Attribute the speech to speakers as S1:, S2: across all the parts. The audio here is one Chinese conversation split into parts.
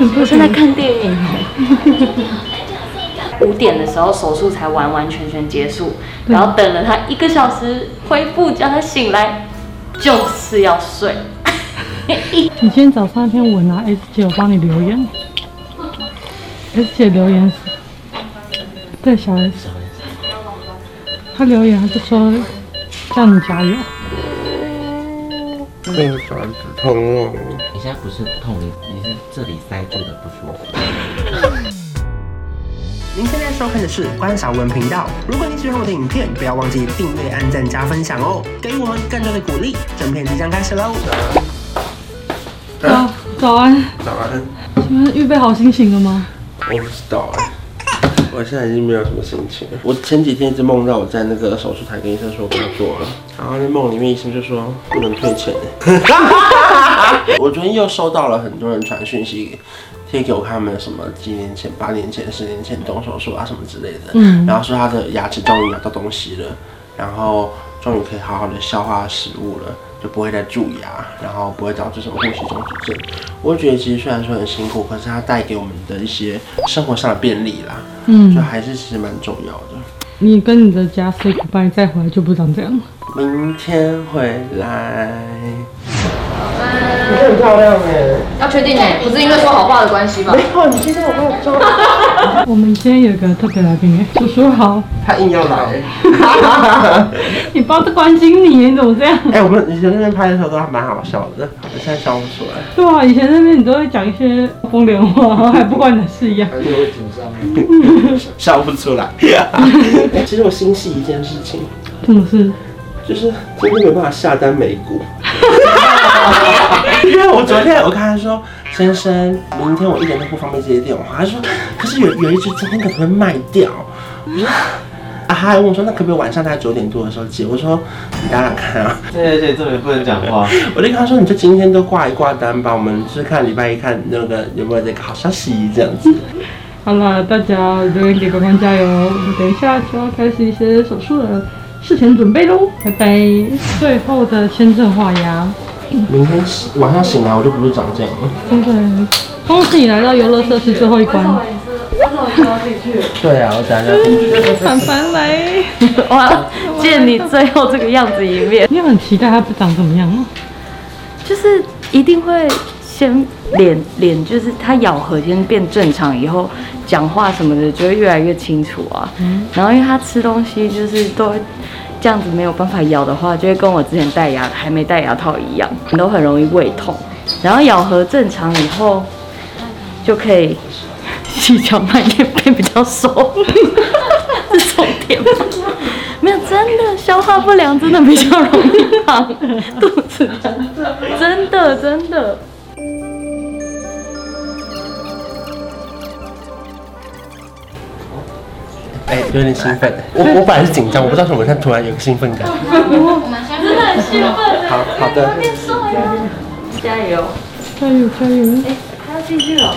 S1: 我正在看电影哦。
S2: 五点的时候手术才完完全全结束，然后等了他一个小时恢复，叫他醒来，就是要睡。
S3: 你今天早上那篇文啊，S 姐有帮你留言，S 姐留言是，对小 S，她留言她就说叫你加油，
S4: 那个啥嗯止痛药吗？
S5: 你现在不是痛，你你是这里塞住的不舒服。
S6: 您现在收看的是观赏文频道。如果你喜欢我的影片，不要忘记订阅、按赞、加分享哦，给予我们更多的鼓励。整片即将开始喽！
S4: 哎
S3: 早啊早安，
S4: 早安，
S3: 请问预备好心情了吗？
S4: 我不知道哎、我现在已经没有什么心情了。我前几天一直梦到我在那个手术台跟医生说工作了，然后那梦里面医生就说不能退钱、欸。我昨天又收到了很多人传讯息，贴给我看他们什么几年前、八年前、十年前动手术啊什么之类的，嗯，然后说他的牙齿终于咬到东西了，然后终于可以好好的消化食物了。就不会再蛀牙，然后不会导致什么呼吸中止症。我觉得其实虽然说很辛苦，可是它带给我们的一些生活上的便利啦，就
S3: 嗯，
S4: 还是其实蛮重要的。
S3: 你跟你的家 say goodbye，再回来就不长这样了。
S4: 明天回来。你很漂亮哎！
S1: 要确定哎，不是因为说好话的关系吧？
S4: 没有，你今天有化妆，
S3: 我们今天有一个特别来宾哎，叔叔好，
S4: 他硬要来。
S3: 你爸都关心你，你怎么这样？
S4: 哎、我们以前那边拍的时候都还蛮好笑的，我现在笑不出来。
S3: 对啊，以前那边你都会讲一些风凉话，还不关你的事一样。
S4: 笑不 出来。其实我心系一件事情，
S3: 真的是，
S4: 就是今天没办法下单美 股。因为我昨天我看他说，先生，明天我一点都不方便接电话。他说，可是有有一只今天可能会卖掉。我说啊，他还问我说，那可不可以晚上大概九点多的时候接？我说，你当然看啊。
S5: 对对对，这里不能讲话。
S4: 我就跟他说，你就今天都挂一挂单吧，我们是看礼拜一看那个有没有这个好消息这样子。
S3: 好了，大家留言给关关加油，我们等一下就要开始一些手术的事前准备喽，拜拜。最后的签证画押，
S4: 明天醒晚上醒来，我就不是长这样了。
S3: 真的，恭喜你来到游乐设施最后一关，
S4: 对啊，我等下就
S3: 反凡来。
S2: 哇，见你最后这个样子一面，
S3: 你很期待它长怎么样吗？
S2: 就是一定会先脸脸，就是它咬合先变正常以后，讲话什么的就会越来越清楚啊。然后因为它吃东西就是都会这样子没有办法咬的话，就会跟我之前戴牙还没戴牙套一样，都很容易胃痛。然后咬合正常以后，就可以细嚼慢咽变比较熟，是重点吗？没有，真的消化不良真的比较容易胖，肚子真的真的。
S4: 哎、有点兴奋。 我我本来是紧张，我不知道为什么，但突然有个兴奋感。
S2: 真的很兴奋，啊
S4: 好好的，
S2: 加油！
S3: 加油加油！
S2: 还要继续哦。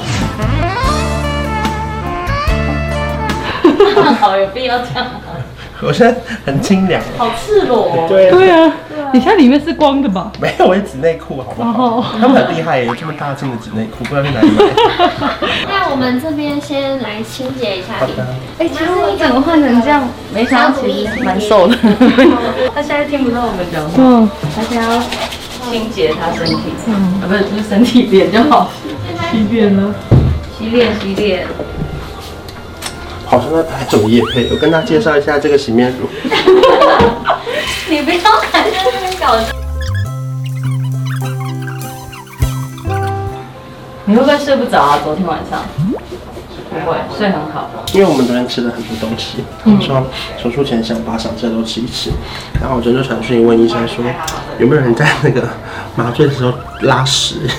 S2: 好有必要这样吗？
S4: 我现在很清凉。
S2: 好赤裸哦！
S4: 对啊，
S3: 对啊，你现在里面是光的吧？
S4: 没有，我是纸内裤，好不好？
S3: 哦
S4: 他们很厉害耶，有这么大件的纸内裤，不知道去哪里买。
S7: 那我们这边先来清洁一下
S4: 好
S7: 你。
S4: 的，
S2: 哎、其实你怎么换成这样？没想到其实蛮瘦的。 他现在听不到我们讲话，
S3: 嗯，
S2: 他现在要清洁他身体，啊，不是，就是身体脸就好，
S3: 几点了？
S2: 洗脸洗脸。
S4: 好像在拍什么夜配，我跟大家介绍一下这个洗面乳。
S2: 你不要还在那边搞。你会不会睡不着啊？昨天晚上？不会，睡很好。
S4: 因为我们昨天吃了很多东西，然后说手术前想把想吃的都吃一吃，然后我昨天就传讯问医生说有没有人在那个麻醉的时候拉屎，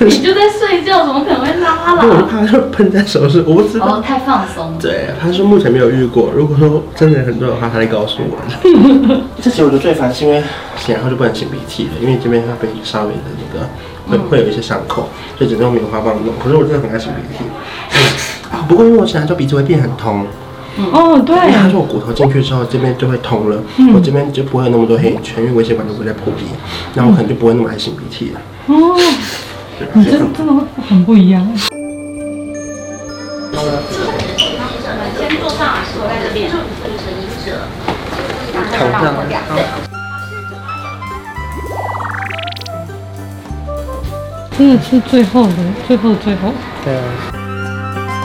S2: 你就在睡觉，怎么可能会拉
S4: 因为我就
S2: 啦？
S4: 怕他说喷在手上，我不知道。
S2: 哦，太放松了。
S4: 对，他说目前没有遇过，如果说真的很多的话，他会告诉我。 这集我觉得最烦是因为醒来后就不能擤鼻涕了，因为这边它被稍微的那个会会有一些伤口，所以只能用棉花棒弄。可是我真的很爱擤鼻涕、 嗯啊，不过因为我醒来之后鼻子会变很通，
S3: 哦，对
S4: 因为他说我骨头进去之后这边就会通了，我这边就不会有那么多黑眼圈，因为微血管就不会再破皮，那我可能就不会那么爱擤鼻涕了。
S3: 哦，你真真的会很不一样。
S4: 躺上。
S3: 真的是最后的，最后的最后。
S4: 对啊。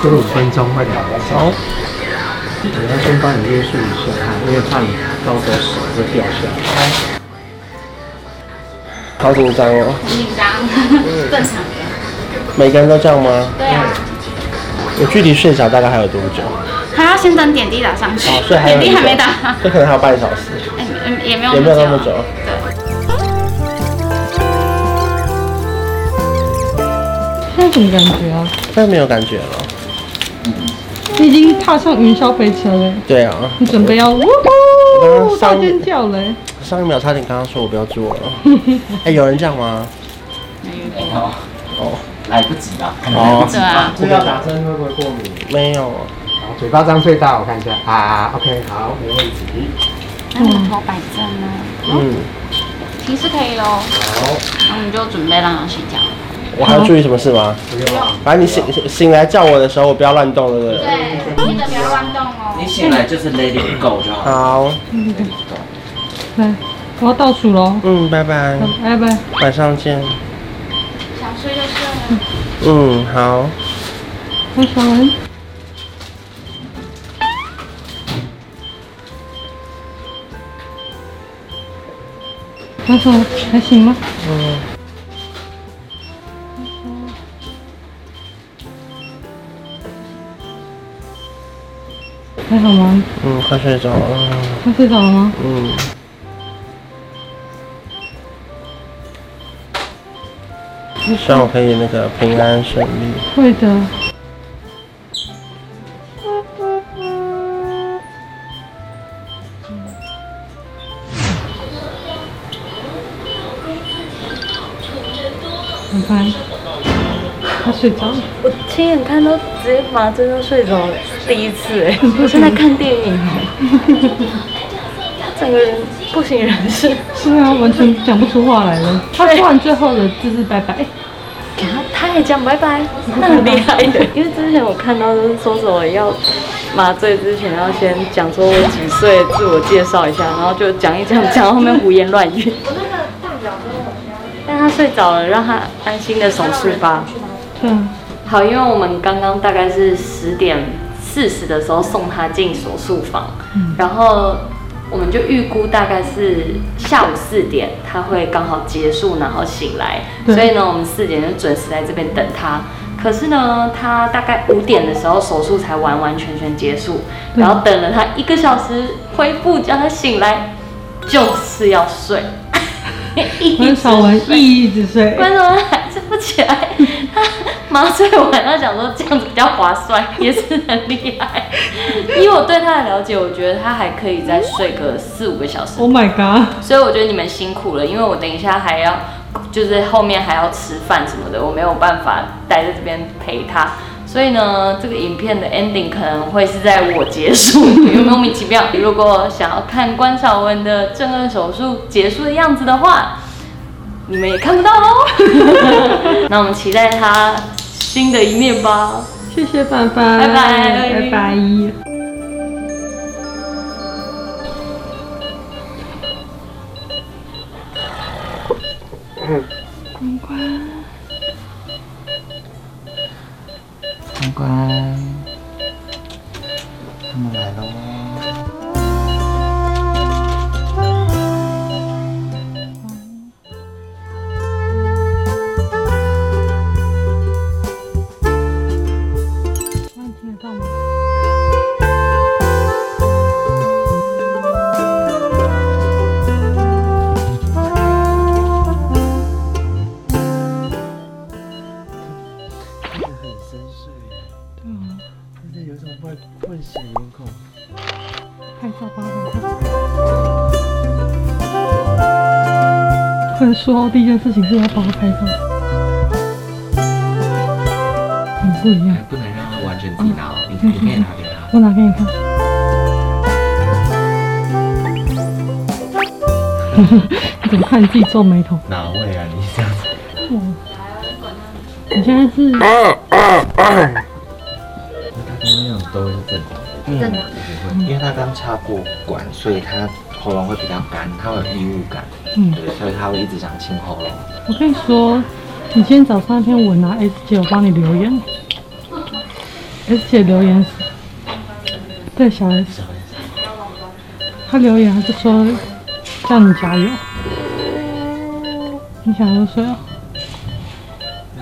S8: 过了五分钟会凉好，我要先帮你约束一下，因为怕你到时候手会掉下来。
S4: 好紧张哦！
S7: 紧张，正常的。
S4: 每个人都这样吗？
S7: 对啊，
S4: 我距离睡着大概还有多久？
S7: 还要先等点滴打上去
S4: 哦，所以还有
S7: 点滴还没打，
S4: 这可能还有半小时，
S7: 哎嗯也没有
S4: 也没有那么
S7: 久
S4: 久。
S3: 现在什么感觉啊？
S4: 但是没有感觉了。
S3: 你已经踏上云霄飞车了，
S4: 对啊，
S3: 你准备要呜
S4: 我刚
S3: 呼
S4: 刚
S3: 大
S4: 上
S3: 尖叫了。
S4: 上一秒差点刚刚说我不要 做了。哎、有人这样吗？
S5: 哦
S4: 哦，
S5: 来不及了，可能来不及
S7: 啊
S5: 了。
S8: 吃药打针会不会过敏？
S4: 没有。啊
S8: 好，嘴巴张最大，我看一下啊，OK，好，没问题。
S1: 那你
S2: 嗯
S1: 们头摆正
S2: 啊
S1: 呢，
S4: 嗯，
S1: 提示可以喽。
S8: 好，
S1: 然后我们就准备让他睡觉。
S4: 我还要注意什么事吗？
S8: 不用了。
S4: 反正你醒醒醒来叫我的时候，我不要乱动，对不对？
S7: 对，记得不要乱动哦。
S5: 你醒来就是 Let It Go 就好了。
S4: 好，
S3: 来，我要倒数喽，
S4: 嗯，拜拜，
S3: 拜拜。
S4: 晚上见。
S7: 想睡就睡了。
S4: 嗯，好。
S3: 我小文，那时候还行吗？嗯。还好吗？
S4: 嗯，快睡着了。
S3: 他睡着了吗？
S4: 嗯，希望我可以那个平安顺利。
S3: 会的。嗯很烦，他睡着了。
S2: 我亲眼看到直接麻醉到睡着，第一次哎、我是在看电影哎、整个人不省人事。
S3: 是啊，完全讲不出话来了。他说完最后的就是拜拜，
S2: 然后他还讲拜拜，那很厉害的。因为之前我看到就是说什么要麻醉之前要先讲说我几岁，自我介绍一下，然后就讲一讲，讲到后面胡言乱语。但他睡着了，让他安心的手术吧。
S3: 对啊，
S2: 好，因为我们刚刚大概是十点四十的时候送他进手术房，
S3: 嗯
S2: 然后我们就预估大概是下午四点他会刚好结束，然后醒来，
S3: 对
S2: 所以呢，我们四点就准时在这边等他。可是呢，他大概五点的时候手术才完完全全结束，
S3: 对
S2: 然后等了他一个小时恢复，叫他醒来，就是要 睡。
S3: 很少玩，一直睡。
S2: 为什么还睡不起来？他麻醉完，他想说这样子比较划算，也是很厉害。以我对他的了解，我觉得他还可以再睡个四五个小时，
S3: Oh my god！
S2: 所以我觉得你们辛苦了，因为我等一下还要，就是后面还要吃饭什么的，我没有办法待在这边陪他。所以呢，这个影片的 ending 可能会是在我结束，因为莫名其妙。如果想要看关晓雯的正颌手术结束的样子的话，你们也看不到哦。 那我们期待他新的一面吧。
S3: 谢谢范范，
S2: 拜拜
S3: 拜拜。
S5: 关关，他们来了哦。
S3: 那你听得到吗？
S5: 真的很深邃耶，
S3: 对啊，
S5: 真的有种万万水面孔。
S3: 拍照吧，拍照。突然说到第一件事情是要帮他拍照，很不一样。
S5: 不能让他完全自己拿哦，你你可以拿给他。
S3: 我拿给你看。 你怎么看你自己皱眉头？
S5: 哪位啊？你这样子，
S3: 你现在是
S5: 他刚刚那种都会是正常的，嗯正常的不会，因为他刚插过管，所以他喉咙会比较干，他会有异物感，
S3: 嗯
S5: 对，所以他会一直想清喉咙。
S3: 我跟你说，你今天早上那篇文啊，S 姐有帮你留言，S 姐留言是对小 S，她留言她就说叫你加油，你想喝水哦？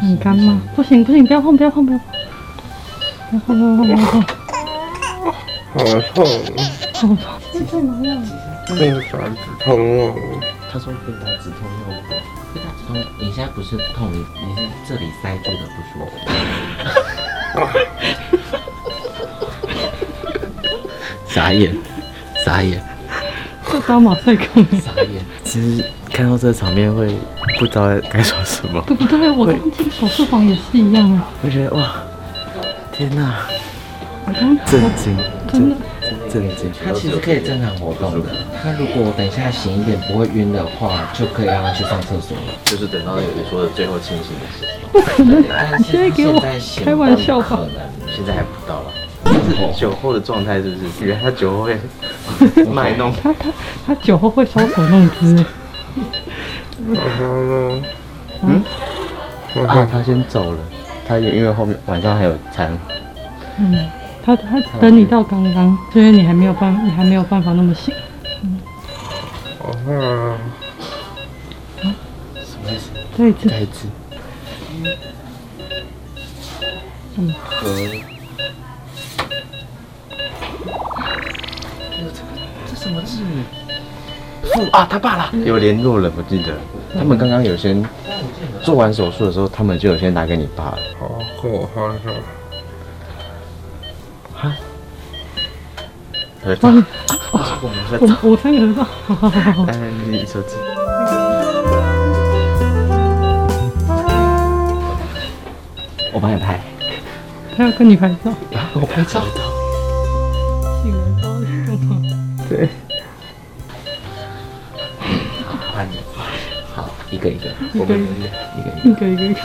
S3: 很干吗？不行不行，不要碰不要碰不要碰，不要碰不要碰不要碰，
S9: 好痛，
S3: 好痛！
S9: 那个爪子痛哦。
S5: 他说可以打止痛药吗？可以打止痛药，你现在不是痛，你你是这里塞住的不舒服。傻眼，傻眼，
S3: 这打马赛克没？
S5: 傻眼。其实看到这场面会不知道该说什么，
S3: 对不对？我刚进手术房也是一样啊，
S5: 我觉得哇，天哪，
S3: 我刚
S5: 震惊，
S3: 真的。
S5: 震惊。他其实可以正常活动的，他如果等一下醒一点不会晕的话，就可以让他去上厕所了。
S10: 就是等到你说的最后清醒的时候，
S5: 但
S3: 你
S5: 是
S3: 现在给我
S5: 现在行
S3: 开玩笑吧
S5: 不可能
S10: 现在还不到了。酒后的状态是不是？原来他酒后会卖弄。
S3: 他他他酒后会搔首弄姿，
S5: 啊，他先走了，他也因为后面晚上还有餐。
S3: 嗯，他他等你到刚刚，所以你还没有办，你还没有办法那么醒。嗯，哦，再一次，
S5: 再一次。
S10: 啊，他爸了，有联络了，我记得。他们刚刚有先做完手术的时候，他们就有先打给你爸了。
S9: 好厚，好痛。
S10: 合照，
S3: 我们我三个人到，好好好好好，
S10: 哎，你手机。
S5: 我帮你拍。
S3: 他要跟你拍照，
S5: 我拍照。
S3: 醒了到底干嘛？
S5: 换你。好，一个一个，
S3: 一个一个一
S5: 一个一个。
S3: 个一个一个，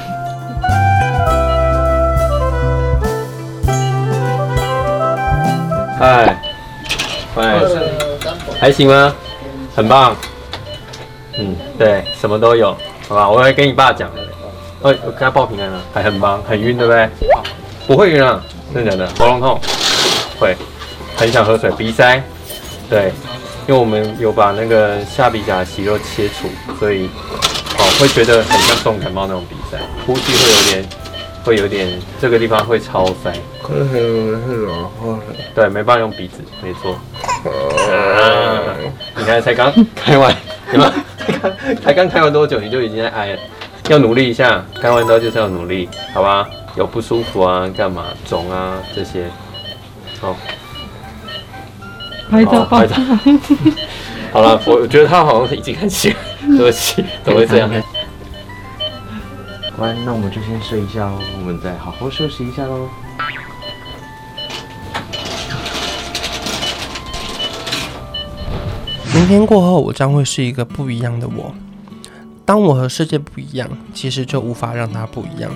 S10: 嗨，嗨，还行吗？很棒。嗯，对，什么都有，好吧，我会跟你爸讲的。哦，我跟他报平安了，还很棒，很晕，对不对？不会晕啊，真的假的？喉咙痛，会，很想喝水，鼻塞，对，因为我们有把那个下鼻甲的息肉切除，所以，哦，会觉得很像重感冒那种鼻塞，呼吸会有点，会有点这个地方会超塞。
S9: 可是是软化的。
S10: 对，没办法用鼻子，没错。
S4: 哦
S10: 你看，才刚开完，有吗？才刚 才刚开完多久，你就已经在挨了。要努力一下，开完刀就是要努力，好吧？有不舒服啊，干嘛肿啊这些，好，
S3: 拍照
S10: 好
S3: 吧
S10: 哦拍，照 好了，我我觉得他好像已经很醒了，对不起，怎么会这样？
S5: 关，那我们就先睡一下哦，我们再好好休息一下喽。
S4: 明天过后，我将会是一个不一样的我。当我和世界不一样，其实就无法让它不一样。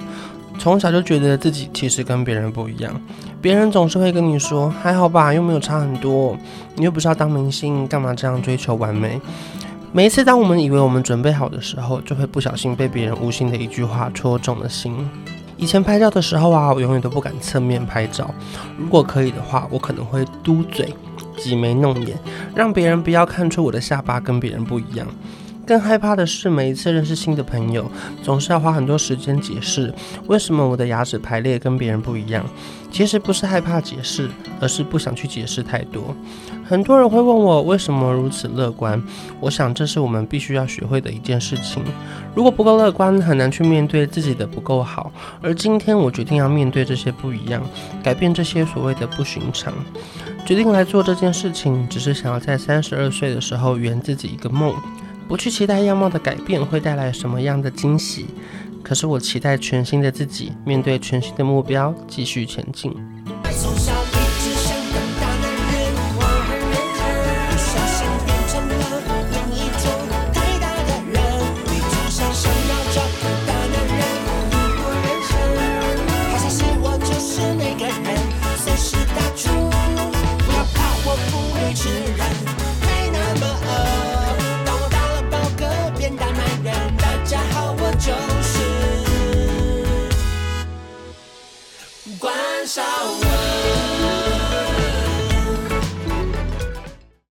S4: 从小就觉得自己其实跟别人不一样，别人总是会跟你说：“还好吧，又没有差很多，你又不是要当明星，干嘛这样追求完美？”每一次当我们以为我们准备好的时候，就会不小心被别人无心的一句话戳中了心。以前拍照的时候啊，我永远都不敢侧面拍照，如果可以的话，我可能会嘟嘴、挤眉弄眼。让别人不要看出我的下巴跟别人不一样。更害怕的是，每一次认识新的朋友，总是要花很多时间解释为什么我的牙齿排列跟别人不一样。其实不是害怕解释，而是不想去解释太多。很多人会问我为什么如此乐观，我想这是我们必须要学会的一件事情。如果不够乐观，很难去面对自己的不够好。而今天我决定要面对这些不一样，改变这些所谓的不寻常。决定来做这件事情，只是想要在三十二岁的时候圆自己一个梦，不去期待样貌的改变会带来什么样的惊喜。可是我期待全新的自己，面对全新的目标，继续前进。
S11: 不小心变成了另一种
S12: 燃烧我。